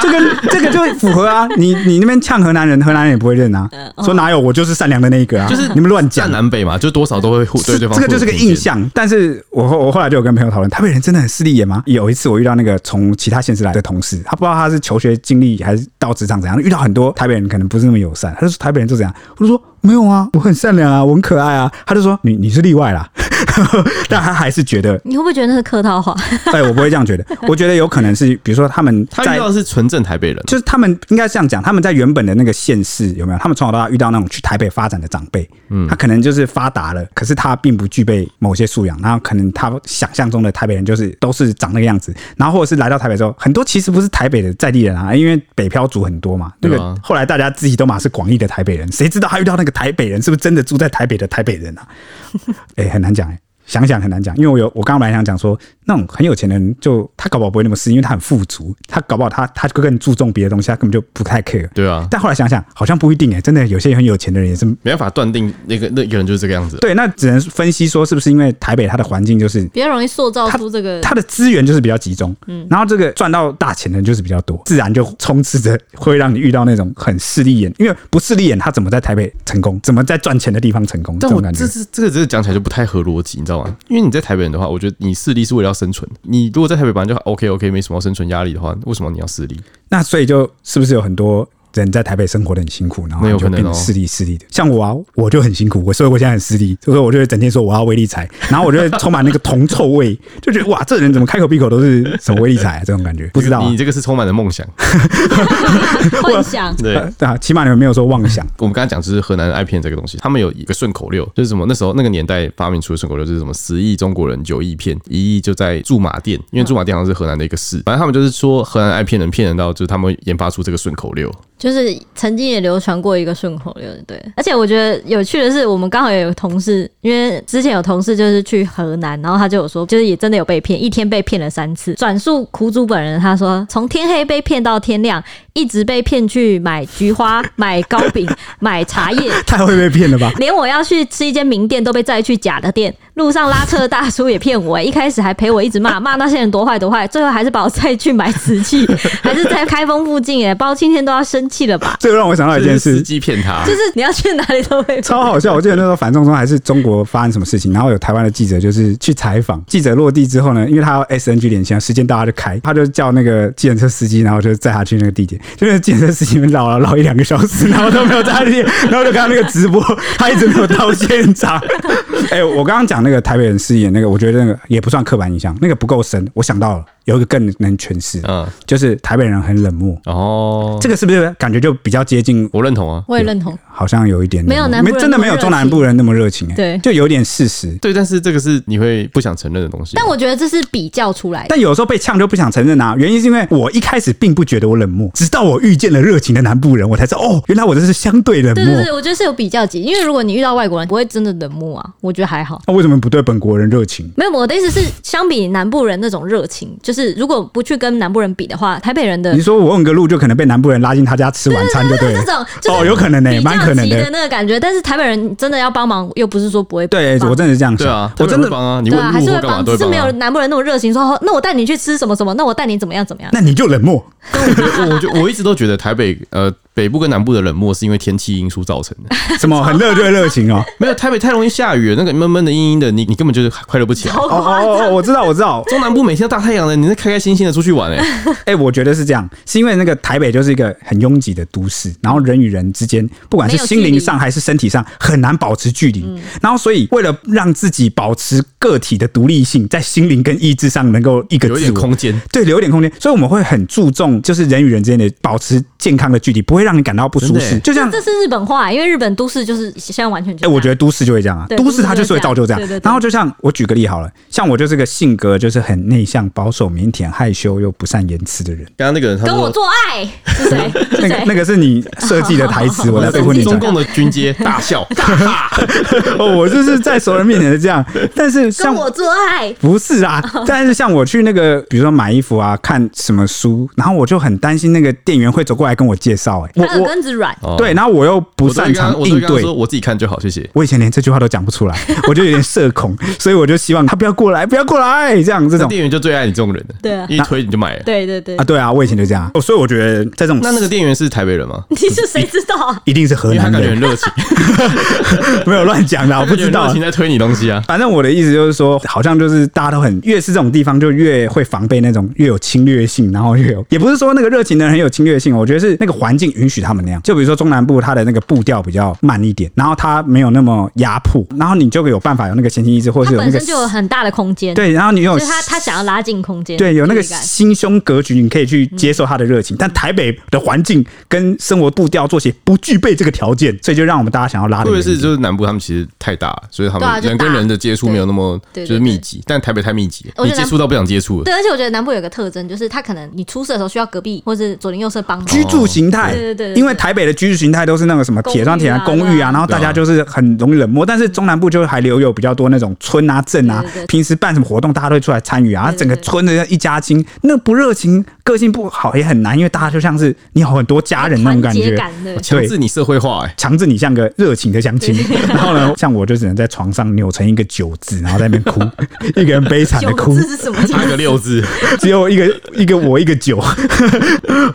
这个这个就符合啊，你你那边呛河南人，河南人也不会认啊，说哪有我就是善良的那一个啊，就是你们乱讲占。南北嘛，就多少都会互对是对方这个就是互有个偏见印。象，但是我后我后来就有跟朋友讨论，台北人真的很势利眼吗？有一次我遇到那个从其他县市来的同事，他不知道他是求学经历还是到职场怎样，遇到很多台北人可能不是那么友善，他就说台北人就这样，我就说没有啊，我很善良啊，我很可爱啊，他就说你你是例外啦， 但他还是觉得，你会不会觉得那是客套话？哎，我不会这样觉得，我觉得有可能是比如说他们他在遇到的是纯正台北人，啊就是他们应该这样讲，他们在原本的那个县市有没有？他们从小到大遇到那种去台北发展的长辈，嗯，他可能就是发达了，可是他并不具备某些素养，然后可能他想象中的台北人就是都是长那个样子，然后或者是来到台北之后，很多其实不是台北的在地人啊，因为北漂族很多嘛，那对啊个后来大家自己都嘛是广义的台北人，谁知道他遇到那个台北人是不是真的住在台北的台北人啊？ 哎、很难讲哎、想想很难讲，因为我有我刚刚本来想讲说，那种很有钱的人就他搞不好不会那么私，因为他很富足，他搞不好他他就更注重别的东西，他根本就不太 care。对啊，但后来想想，好像不一定哎、真的有些很有钱的人也是没办法断定那个那个人就是这个样子。对，那只能分析说是不是因为台北它的环境就是 比较容易塑造出这个它的资源就是比较集中，嗯然后这个赚到大钱的人就是比较多，自然就充斥着会让你遇到那种很势利眼，因为不势利眼他怎么在台北成功，怎么在赚钱的地方成功，这但种我感觉这。是这个这个讲起来就不太合逻辑，你知道吗？因为你在台北人的话，我觉得你势力是为了要生存。你如果在台北本来就 OK OK，没什么生存压力的话，为什么你要势力？那所以就是不是有很多人在台北生活的很辛苦，然后那有就可能变哦得势利势利的？像我啊，我就很辛苦，我所以我现在很势利，所以我就会整天说我要威力 财，然后我就会充满那个铜臭味，就觉得哇，这人怎么开口闭口都是什么威力财、啊、这种感觉，不知道、啊你。这个是充满了梦想。 幻想。对，呃啊，起码你们没有说妄 想，我们刚才讲就是河南人爱骗这个东西，他们有一个顺口溜，就是什么那时候那个年代发明出的顺口溜，就是什么十亿中国人九亿骗，一亿就在驻马店，因为驻马店好像是河南的一个市，反正他们就是说河南人爱骗人，骗人到就是他们会研发出这个顺口溜，就是曾经也流传过一个顺口溜，对。而且我觉得有趣的是，我们刚好也有同事，因为之前有同事就是去河南，然后他就有说，就是也真的有被骗，一天被骗了三次。转述苦主本人，他说从天黑被骗到天亮，一直被骗去买菊花、买糕饼、买茶叶。太会被骗了吧？连我要去吃一间名店都被载去假的店，路上拉车的大叔也骗我、欸，一开始还陪我一直骂骂那些人多坏多坏，最后还是把我载去买瓷 器，还是在开封附近、欸，哎，包青天都要生气了吧？这个让我想啊到一件就是事司，机骗他，就是你要去哪里都会超好笑！我记得那时候反送中还是中国发生什么事情，然后有台湾的记者就是去采访，记者落地之后呢，因为他要 SNG 连线，时间到他就开，他就叫那个计程车司机，然后就载他去那个地点，就那个计程车司机们绕了绕一两个小时，然后都没有在他地点， 然后就看到那个直播，他一直没有到现场。 哎、我刚刚讲那个台北人饰演那个，我觉得那个也不算刻板印象，那个不够深。我想到了有一个更能诠释，嗯，就是台北人很冷漠，然后这个是不是感觉就比较接近我认同啊，我也认同，好像有一点没有南部人真的没有中南部人那么热情、欸，对就有点事实。对，但是这个是你会不想承认的东西。但我觉得这是比较出来的。但有时候被呛就不想承认啊，原因是因为我一开始并不觉得我冷漠，直到我遇见了热情的南部人，我才知道哦，原来我这是相对冷对漠对。对，我觉得是有比较级，因为如果你遇到外国人，不会真的冷漠啊，我觉得还好。那为什么不对本国人热情？没有，我的意思是，相比南部人那种热情，就是如果不去跟南部人比的话，台北人的你说我问个路就可能被南部人拉进他家吃晚餐，就对那了。种就是哦有可能呢比较蛮可能急的的那个感觉。但是台北人真的要帮忙，又不是说不会对，帮我真的是这样对想。啊，我他真们的。会帮啊，你对问啊，还路是或会干嘛帮，都会只是没有帮啊。南部人那种热情，说哦那我带你去吃什么什么，那我带你怎么样怎么样。那你就冷漠， 我我就我一直都觉得台北呃北部跟南部的冷漠是因为天气因素造成的。什么很热就会热情 哦。没有，台北太容易下雨了，那个闷闷的、阴阴的，你你根本就是快乐不起来。哦哦哦，我知道，我知道，中南部每天大太阳的，你是开开心心的出去玩哎、哎、我觉得是这样，是因为那个台北就是一个很拥挤的都市，然后人与人之间，不管是心灵上还是身体上，很难保持距离。然后，所以为了让自己保持个体的独立性，在心灵跟意志上能够一个有一自点我。空间。对，留一点空间，所以我们会很注重，就是人与人之间的保持健康的距离，不会让你感到不舒真的适。耶就像这是日本话，因为日本都市就是现在完全哎、我觉得都市就会这样啊，对都市它就是会造就这样。都市就会这样对对对然后就像我举个例好了，像我就是个性格就是很内向、保守、腼腆、害羞又不善言辞的人。刚刚那个人他跟说，我做爱是谁？是那个谁？那个是你设计的台词，我来被婚你中讲。共的军阶大笑，哦，我就是在熟人面前是这样，但是跟像我哦做爱。不是啊， 但是像我去那个，比如说买衣服啊，看什么书，然后我就很担心那个店员会走过来跟我介绍、欸，我他耳我根子软， 哦对，，然后我又不我都擅跟他长我都应跟他对说。我自己看就好，谢谢。我以前连这句话都讲不出来，我就有点社恐，所以我就希望他不要过来，不要过来，这样这那种店员就最爱你这种人了，对啊一推你就买了。对对对啊，，对啊，我以前就这样，所以我觉得在这种那那个店员是台北人吗？你是谁知道啊？一定是河因为他南感觉人很，热情，没有乱讲的，我我不知道热情。在推你东西啊。反正我的意思就是说，好像就是大家都很越是这种地方，就越会防备那种越有侵略性，然后越有也不是说那个热情的人很有侵略性，我觉得是那个环境允许他们那样。就比如说中南部，它的那个步调比较慢一点，然后它没有那么压迫，然后你就有办法有那个闲情逸致，或他是有那本个身就有很大的空间，，对，然后你有就是他他想要拉近空间，对有那个距离感心胸格局，你可以去接受他的热情。但台北的环境跟生活步调作息不具备这个条件，所以就让我们大家想要拉会的不会是就是南部他们其实太大，所以他啊对啊们就人跟大人的接触没有那么对就对是密集，但台北太密集了，我你觉得接触到不想接触了。对，而且我觉得南部有一个特征，就是他可能你出事的时候需要隔壁或者左邻右舍帮忙。居住形态，哦对对对对对因为台北的居住形态都是那个什么铁窗铁栏公公寓寓啊，啊对啊然后大家就是很容易冷漠，但是中南部就还留有比较多那种村啊镇啊对对对，平时办什么活动大家都会出来参与啊，对对整个村的一家亲，那不热情、个性不好也很难，因为大家就像是你有很多家人那种感团结觉。感的，强制你社会化，哎，强制你像个热 情的相亲，然后呢，像我就只能在床上扭成一个九字，然后在那边 哭，一个人悲惨的九个哭，字是什么？ 差个六 字，只有一个一个我一个九。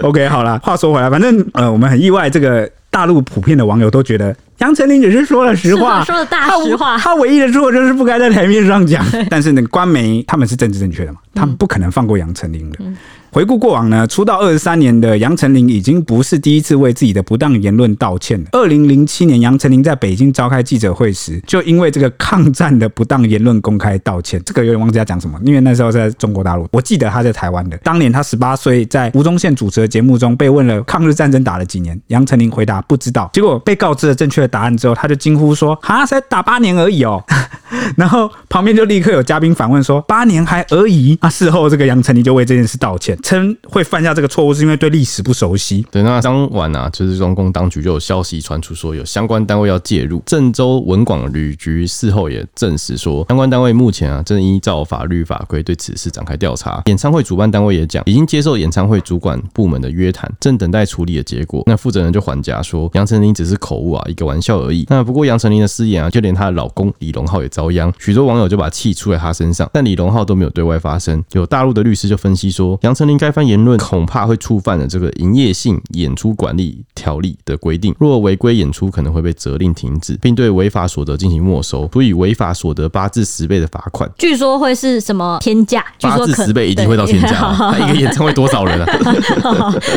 OK，好啦，话说回来，反正呃，我们很意外，这个大陆普遍的网友都觉得杨丞琳只是说了实话，是的说了大实话他唯一的错就是不该在台面上 讲。但是呢，官媒他们是政治正确的嘛，嗯他们不可能放过杨丞琳的。回顾过往呢，出道二十三年的杨丞琳已经不是第一次为自己的不当言论道歉了。二零零七年，杨丞琳在北京召开记者会时，就因为这个抗战的不当言论公开道歉。这个有点忘记他讲什么，因为那时候在中国大陆，我记得他在台湾的。当年他十八岁，在吴宗宪主持的节目中被问了抗日战争打了几年，杨丞琳回答不知道。结果被告知了正确的答案之后，他就惊呼说：“哈，才打八年而已哦！” 然后旁边就立刻有嘉宾反问说：“八年还而已。”啊，事后这个杨丞琳就为这件事道歉，称会犯下这个错误是因为对历史不熟悉。对，那当晚啊，就是中共当局就有消息传出说有相关单位要介入。郑州文广旅局事后也证实说，相关单位目前啊正依照法律法规对此事展开调查。演唱会主办单位也讲，已经接受演唱会主管部门的约谈，正等待处理的结果。那负责人就缓颊说，杨丞琳只是口误啊，一个玩笑而已。那不过杨丞琳的失言啊，就连她的老公李荣浩也遭殃，许多网友就把气出在她身上，但李荣浩都没有对外发声。有大陆的律师就分析说，杨丞琳该番言论恐怕会触犯了这个营业性演出管理条例的规定，若违规演出可能会被责令停止，并对违法所得进行没收，足以违法所得八至十倍的罚款。据说会是什么天价？据八说至可十倍一定会到天价啊，他一个演唱会多少人啊？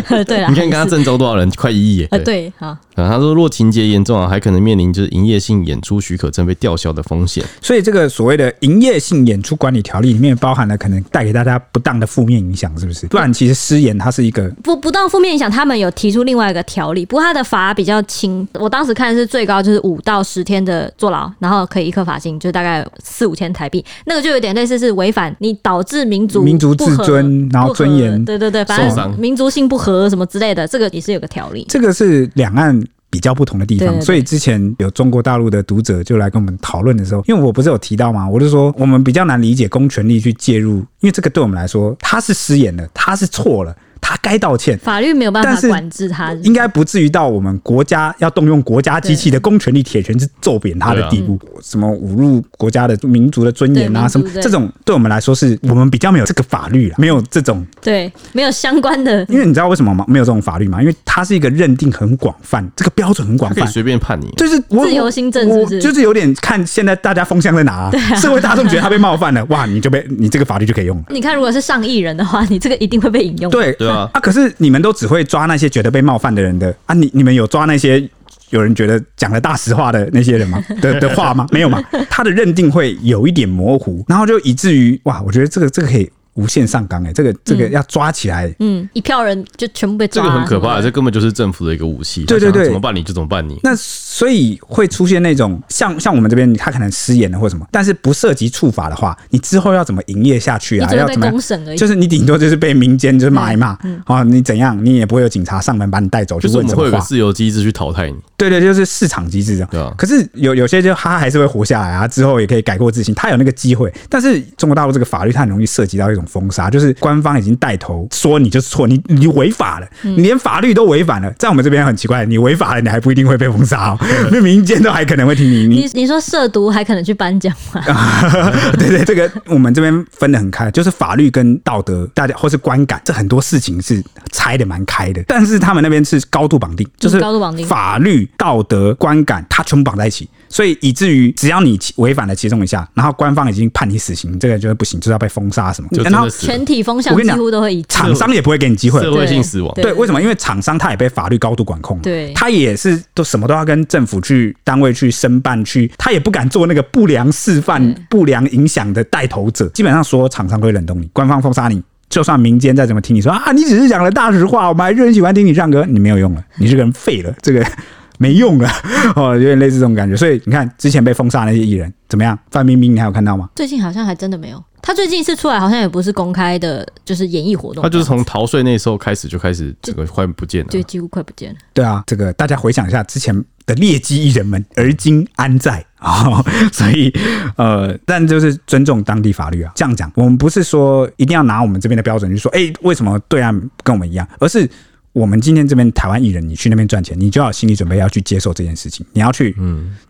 对对啦，你看刚刚还 是郑州多少人，快一亿耶！呃对啊，啊，他说若情节严重啊，还可能面临就是营业性演出许可证被吊销的风险。所以这个所谓的营业性演出管理条例里面包含了可能带给大家不当的负面影响，是不是？不然其实失言它是一个不不当负面影响，他们有提出另外一个条例，不过他的罚比较轻，我当时看的是最高就是五到十天的坐牢，然后可以一颗罚金，就大概四五千台币，那个就有点类似是违反你导致民族民族不和自尊然后不和尊严对对对，反受正伤民族性不和什么之类的，这个也是有个条例。这个是两岸比较不同的地方，对对对所以之前有中国大陆的读者就来跟我们讨论的时候，因为我不是有提到嘛，我就说我们比较难理解公权力去介入，因为这个对我们来说，他是失言了，他是错了，他该道歉。法律没有办但是法管制他，应该不至于到我们国家要动用国家机器的公权力铁拳去揍扁他的地步，什么侮辱国家的民族的尊严啊，嗯对什么民族对这种对我们来说是我们比较没有这个法律啦，没有这种对，没有相关的因为你知道为什么吗？没有这种法律嘛？因为它是一个认定很广泛，这个标准很广他可以泛。随便判你，啊就是我自由心证是不是我就是有点看现在大家风向在哪、啊，社会大众觉得他被冒犯 了，哇，你就被你这个法律就可以用了。你看，如果是上亿人的话，你这个一定会被引用。，对对啊啊，可是你们都只会抓那些觉得被冒犯的人的啊，你你们有抓那些有人觉得讲了大实话的那些人吗？的的话吗？没有嘛？他的认定会有一点模糊，然后就以至于哇，我觉得这个这个可以无限上纲哎、这个这个要抓起来、嗯，一票人就全部被这抓、个很可什怕，么的这根本就是政府的一个武器。对对他对想怎么办你就怎么办你。那所以会出现那种像像我们这边，他可能失言了或什么，但是不涉及处罚的话，你之后要怎么营业下去啊？你只要会被怎么样公？审而已。就是你顶多就是被民间就是骂一骂，哦，你怎样，你也不会有警察上门把你带走去就是我问们什会么嗯有个话。自由机制去淘汰你，对对，就是市场机制这样。对啊可是有有些就他还是会活下来啊，之后也可以改过自新，他有那个机会。但是中国大陆这个法律，它很容易涉及到一种种封杀，就是官方已经带头说你就是错，你你违法了，你连法律都违反了。在我们这边很奇怪，你违法了，你还不一定会被封杀哦，那民间都还可能会听你你你你说涉毒还可能去颁奖吗？ 对对，这个我们这边分得很开，就是法律跟道德，大家或是观感，这很多事情是拆的蛮开的。但是他们那边是高度绑定，就是嗯高度绑定法律、道德、观感，它全部绑在一起，所以以至于只要你其违反了其中一项，然后官方已经判你死刑，这个就是不行，就是要被封杀什么就。真然后的死全体风向我跟你几讲乎都会一致。厂商也不会给你机会，社会性死亡。对，为什么？因为厂商他也被法律高度管控，对他也是都什么都要跟政府去单位去申办去，他也不敢做那个不良示范、不良影响的带头者。基本上所有厂商都会冷冻你，官方封杀你。就算民间再怎么听你说啊，你只是讲了大实话，我们还是很喜欢听你唱歌，你没有用了，你这个人废了，这个 没用了，哦，有点类似这种感觉。所以你看，之前被封杀的那些艺人怎么样？范冰冰，你还有看到吗？最近好像还真的没有。他最近一次出来好像也不是公开的，就是演艺活动，啊他就是从逃税那时候开始就开始整个快不见了。对几乎快不见了。对啊，这个大家回想一下之前的劣迹艺人们，而今安在？哦，所以呃，但就是尊重当地法律啊。这样讲，我们不是说一定要拿我们这边的标准去说，哎、为什么对岸跟我们一样，而是。我们今天这边台湾艺人，你去那边赚钱，你就要有心理准备要去接受这件事情，你要去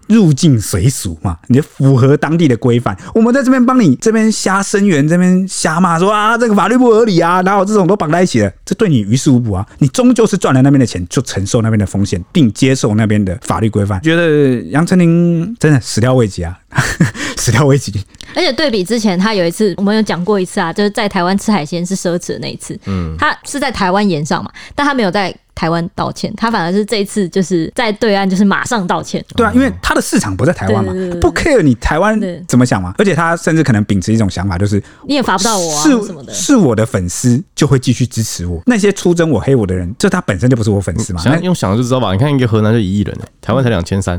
入境随俗嘛，你就符合当地的规范。我们在这边帮你这边瞎声援，这边瞎骂说啊，这个法律不合理啊，然后这种都绑在一起了，这对你于事无补啊。你终究是赚了那边的钱，就承受那边的风险，并接受那边的法律规范。觉得杨丞琳真的始料未及啊，始料未及。而且对比之前，他有一次我们有讲过一次啊，就是在台湾吃海鲜是奢侈的那一次，嗯，他是在台湾演上嘛，但他没有在台湾道歉，他反而是这一次就是在对岸就是马上道歉，对啊，因为他的市场不在台湾嘛对对对，对不 care 你台湾对怎么想嘛。而且他甚至可能秉持一种想法，就是你也罚不到我啊是什么的。是我的粉丝就会继续支持我。那些出征我黑我的人，这他本身就不是我粉丝嘛。那想用想的就知道吧？你看一个河南就一亿人，欸台湾才两千三，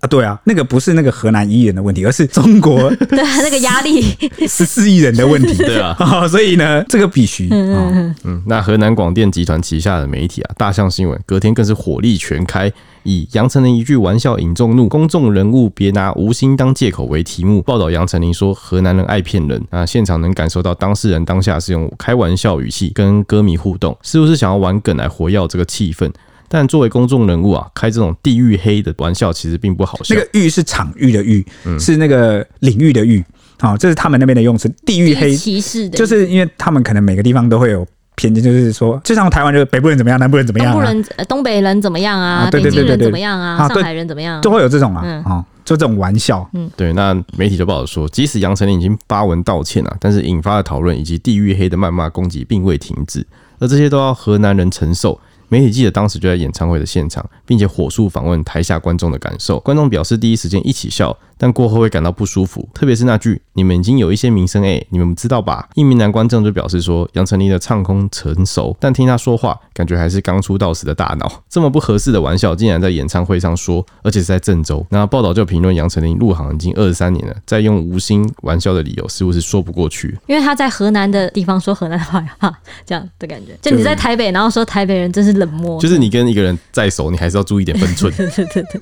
啊，对啊，那个不是那个河南一亿人的问题，而是中 国对啊，那个压力十四亿人的问 题。对 啊。哦，所以呢，这个必须哦嗯，那河南广电集团旗下的媒体啊，大象新闻隔天更是火力全开，以杨丞琳一句玩笑引众怒，公众人物别拿无心当借口为题目，报道杨丞琳说河南人爱骗人啊。现场能感受到当事人当下是用开玩笑语气跟歌迷互动，似乎是想要玩梗来活跃这个气氛。但作为公众人物啊，开这种地域黑的玩笑其实并不好笑那。个“域”是场域的“域”，是那个领域的“域”。好，这是他们那边的用词，地域黑歧视的，就是因为他们可能每个地方都会有偏见，就是说，就像台湾就是北部人怎么样，南部人怎么东样、部啊，人、呃东北人怎么样啊啊，对北对京对对人对怎么样啊，啊对上海人怎么样啊就？会有这种啊，嗯哦，就这种玩笑。对，那媒体就报道说，即使杨丞琳已经发文道歉了、啊但是引发的讨论以及地域黑的谩骂攻击并未停止，而这些都要河南人承受。媒体记者当时就在演唱会的现场，并且火速访问台下观众的感受。观众表示第一时间一起笑，但过后会感到不舒服，特别是那句“你们已经有一些名声诶、你们知道吧？”一名男观众就表示说，杨丞琳的唱功成熟，但听他说话，感觉还是刚出道时的大脑。这么不合适的玩笑，竟然在演唱会上说，而且是在郑州。那报道就评论杨丞琳入行已经二十三年了，再用无心玩笑的理由，似乎是说不过去。因为他在河南的地方说河南话 哈，这样的感觉。就你在台北，然后说台北人真是冷漠， 就是你跟一个人再熟，你还是要注意点分寸。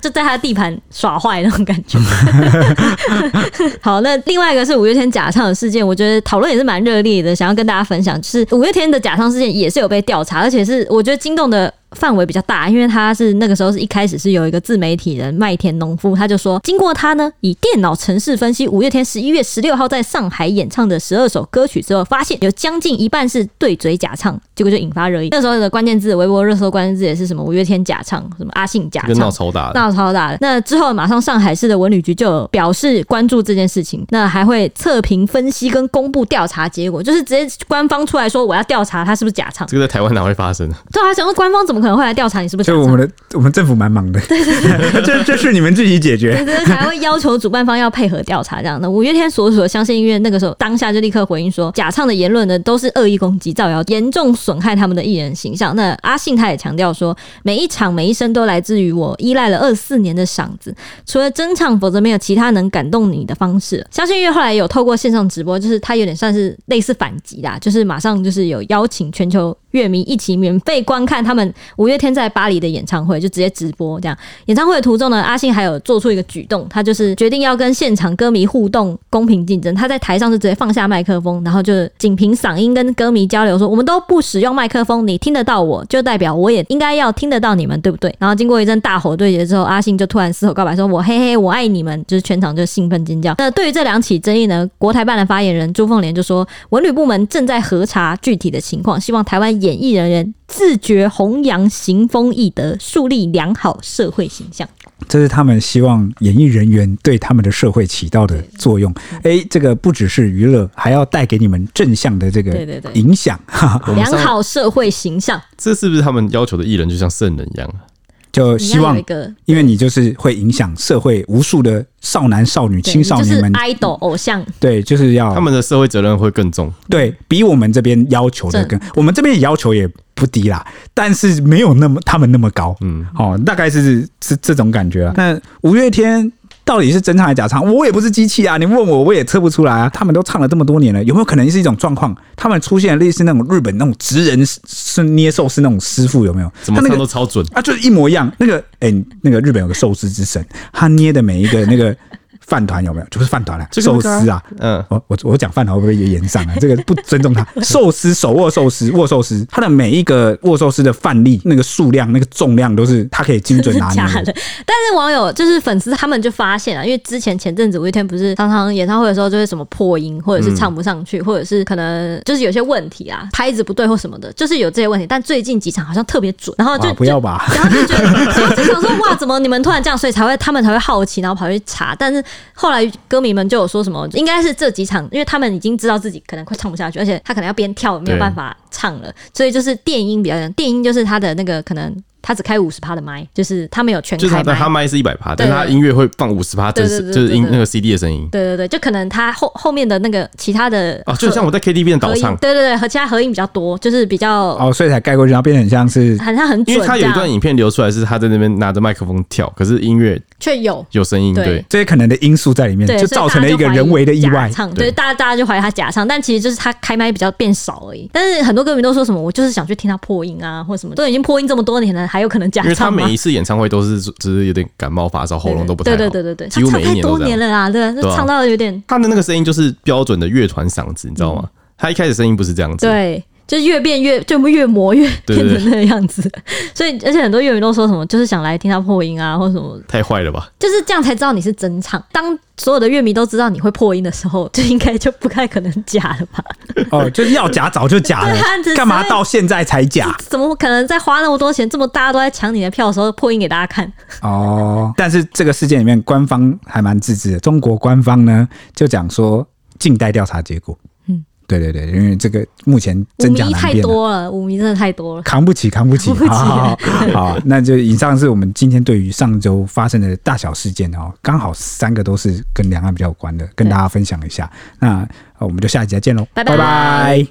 就在他地盘耍坏那种感觉。 好，那另外一个是五月天假唱的事件，我觉得讨论也是蛮热烈的，想要跟大家分享。就是五月天的假唱事件也是有被调查，而且是我觉得惊动的。范围比较大，因为他是那个时候是一开始是有一个自媒体人麦田农夫，他就说，经过他呢以电脑程式分析五月天十一月十六号在上海演唱的十二首歌曲之后，发现有将近一半是对嘴假唱，结果就引发热议。那时候的关键字，微博热搜关键字也是什么五月天假唱，什么阿信假这个唱闹，超大的，闹超大的。那之后，马上上海市的文旅局就有表示关注这件事情，那还会测评、分析跟公布调查结果，就是直接官方出来说我要调查他是不是假唱。这个在台湾哪会发生啊？对啊，想说官方怎么可能会来调查你是不是所假以我唱们？的我们政府蛮忙的， 这这是你们自己解决。对对，才会要求主办方要配合调查这样的。五月天所属的相信音乐那个时候当下就立刻回应说，假唱的言论呢都是恶意攻击、造谣，严重损害他们的艺人形象。那阿信他也强调说，每一场每一声都来自于我依赖了二四年的嗓子，除了真唱，否则没有其他能感动你的方式。相信音乐后来有透过线上直播，就是他有点算是类似反击啦，就是马上就是有邀请全球乐迷一起免费观看他们五月天在巴黎的演唱会，就直接直播这样。演唱会的途中呢，阿信还有做出一个举动，他就是决定要跟现场歌迷互动、公平竞争。他在台上就直接放下麦克风，然后就仅凭嗓音跟歌迷交流说：“我们都不使用麦克风，你听得到我，就代表我也应该要听得到你们，对不对？”然后经过一阵大吼对决之后，阿信就突然嘶吼告白说：“我嘿嘿，我爱你们！”就是全场就兴奋尖叫。那对于这两起争议呢，国台办的发言人朱凤莲就说：“文旅部门正在核查具体的情况，希望台湾演艺人员自觉弘扬行风义德，树立良好社会形象。”这是他们希望演艺人员对他们的社会起到的作用。诶，这个不只是娱乐，还要带给你们正向的这个对对对影响，哈哈，我们良上好社会形象，这是不是他们要求的艺人就像圣人一样啊？就你呃希要有望一，个因为你就是会影响社会无数的少男少女、对青少年们你就，是 idol 偶像，对，就是要他们的社会责任会更重。对比我们这边要求的更，我们这边也要求也不低啦，但是没有那么他们那么高，嗯，哦，大概是是这种感觉啊。那五月天到底是真唱还是假唱？我也不是机器啊，你问我我也测不出来啊。他们都唱了这么多年了，有没有可能是一种状况？他们出现类似那种日本那种职人是捏寿司那种师傅有没有？怎么他那唱个都超准。啊，就是一模一样。那个哎、那个日本有个寿司之神，他捏的每一个那个饭团有没有？就是饭团啊，这个寿那个啊司啊，嗯，我我我讲饭团会不会也延上啊？这个不尊重他。 寿司手握寿司握寿司，它的每一个握寿司的范例、那个数量、那个重量都是它可以精准是 拿假捏的。。但是网友就是粉丝他们就发现啊了，因为之前前阵子五月天不是常常演唱会的时候就会什么破音，或者是唱不上去，或者是可能就是有些问题啊，拍子不对或什么的，就是有这些问题。但最近几场好像特别准，然后就哇，不要吧！然后就觉得，所以我就想说，哇，怎么你们突然这样？所以才会他们才会好奇，然后跑去查。但是后来歌迷们就有说什么，应该是这几场，因为他们已经知道自己可能快唱不下去，而且他可能要边跳没有办法唱了，所以就是电音比较难。电音就是他的那个可能他只开五十趴的麦，就是他没有嗯全就是开他的他麦。麦是一百趴，但对是他音乐会放五十趴，对真对是对就是音对对那个 CD 的声音对对对，就可能他后后面的那个其他的啊，就像我在 KTV 的合导音唱，，对对对，和其他合音比较多，就是比较哦，所以才盖过去，然后变得很像是好像很因准为他这有一段样，影片流出来是他在那边拿着麦克风跳，可是音乐却有有声音，对对，这些可能的因素在里面，对，就所以造大成家了一就个怀疑人为的意假外。唱对对，大家大家就怀疑他假唱，但其实就是他开麦比较变少而已。但是很多歌迷都说什么，我就是想去听他破音啊，或什么，都已经破音这么多年了，还有可能假因为他唱吗？每一次演唱会都是只是有点感冒发烧，喉咙都不太好，对对对对对，几他乎唱每一太年多都这年样。了啦，对，对啊唱到有点他的那个声音就是标准的乐团嗓子，你知道吗？他一开始声音不是这样子，嗯对。就越变越，就越磨越对对变对成那个样子， 所以而且很多乐迷都说什么，就是想来听他破音啊，或什么，太坏了吧？就是这样才知道你是真唱。当所有的乐迷都知道你会破音的时候，就应该就不太可能假了吧？哦，就是要假早就假了 对啊只是，干嘛到现在才假？怎么可能在花那么多钱，这么大家都在抢你的票的时候破音给大家看？哦，但是这个事件里面，官方还蛮自制的。中国官方呢，就讲说近代调查结果，嗯嗯，对对对，因为这个目前五真假迷难太辨啊。多了，五迷真的太多了。扛不起，扛不起，扛不起好好好，好那就以上是我们今天对于上周发生的大小事件哦，刚好三个都是跟两岸比较有关的，跟大家分享一下。那呃我们就下一集再见喽，拜拜拜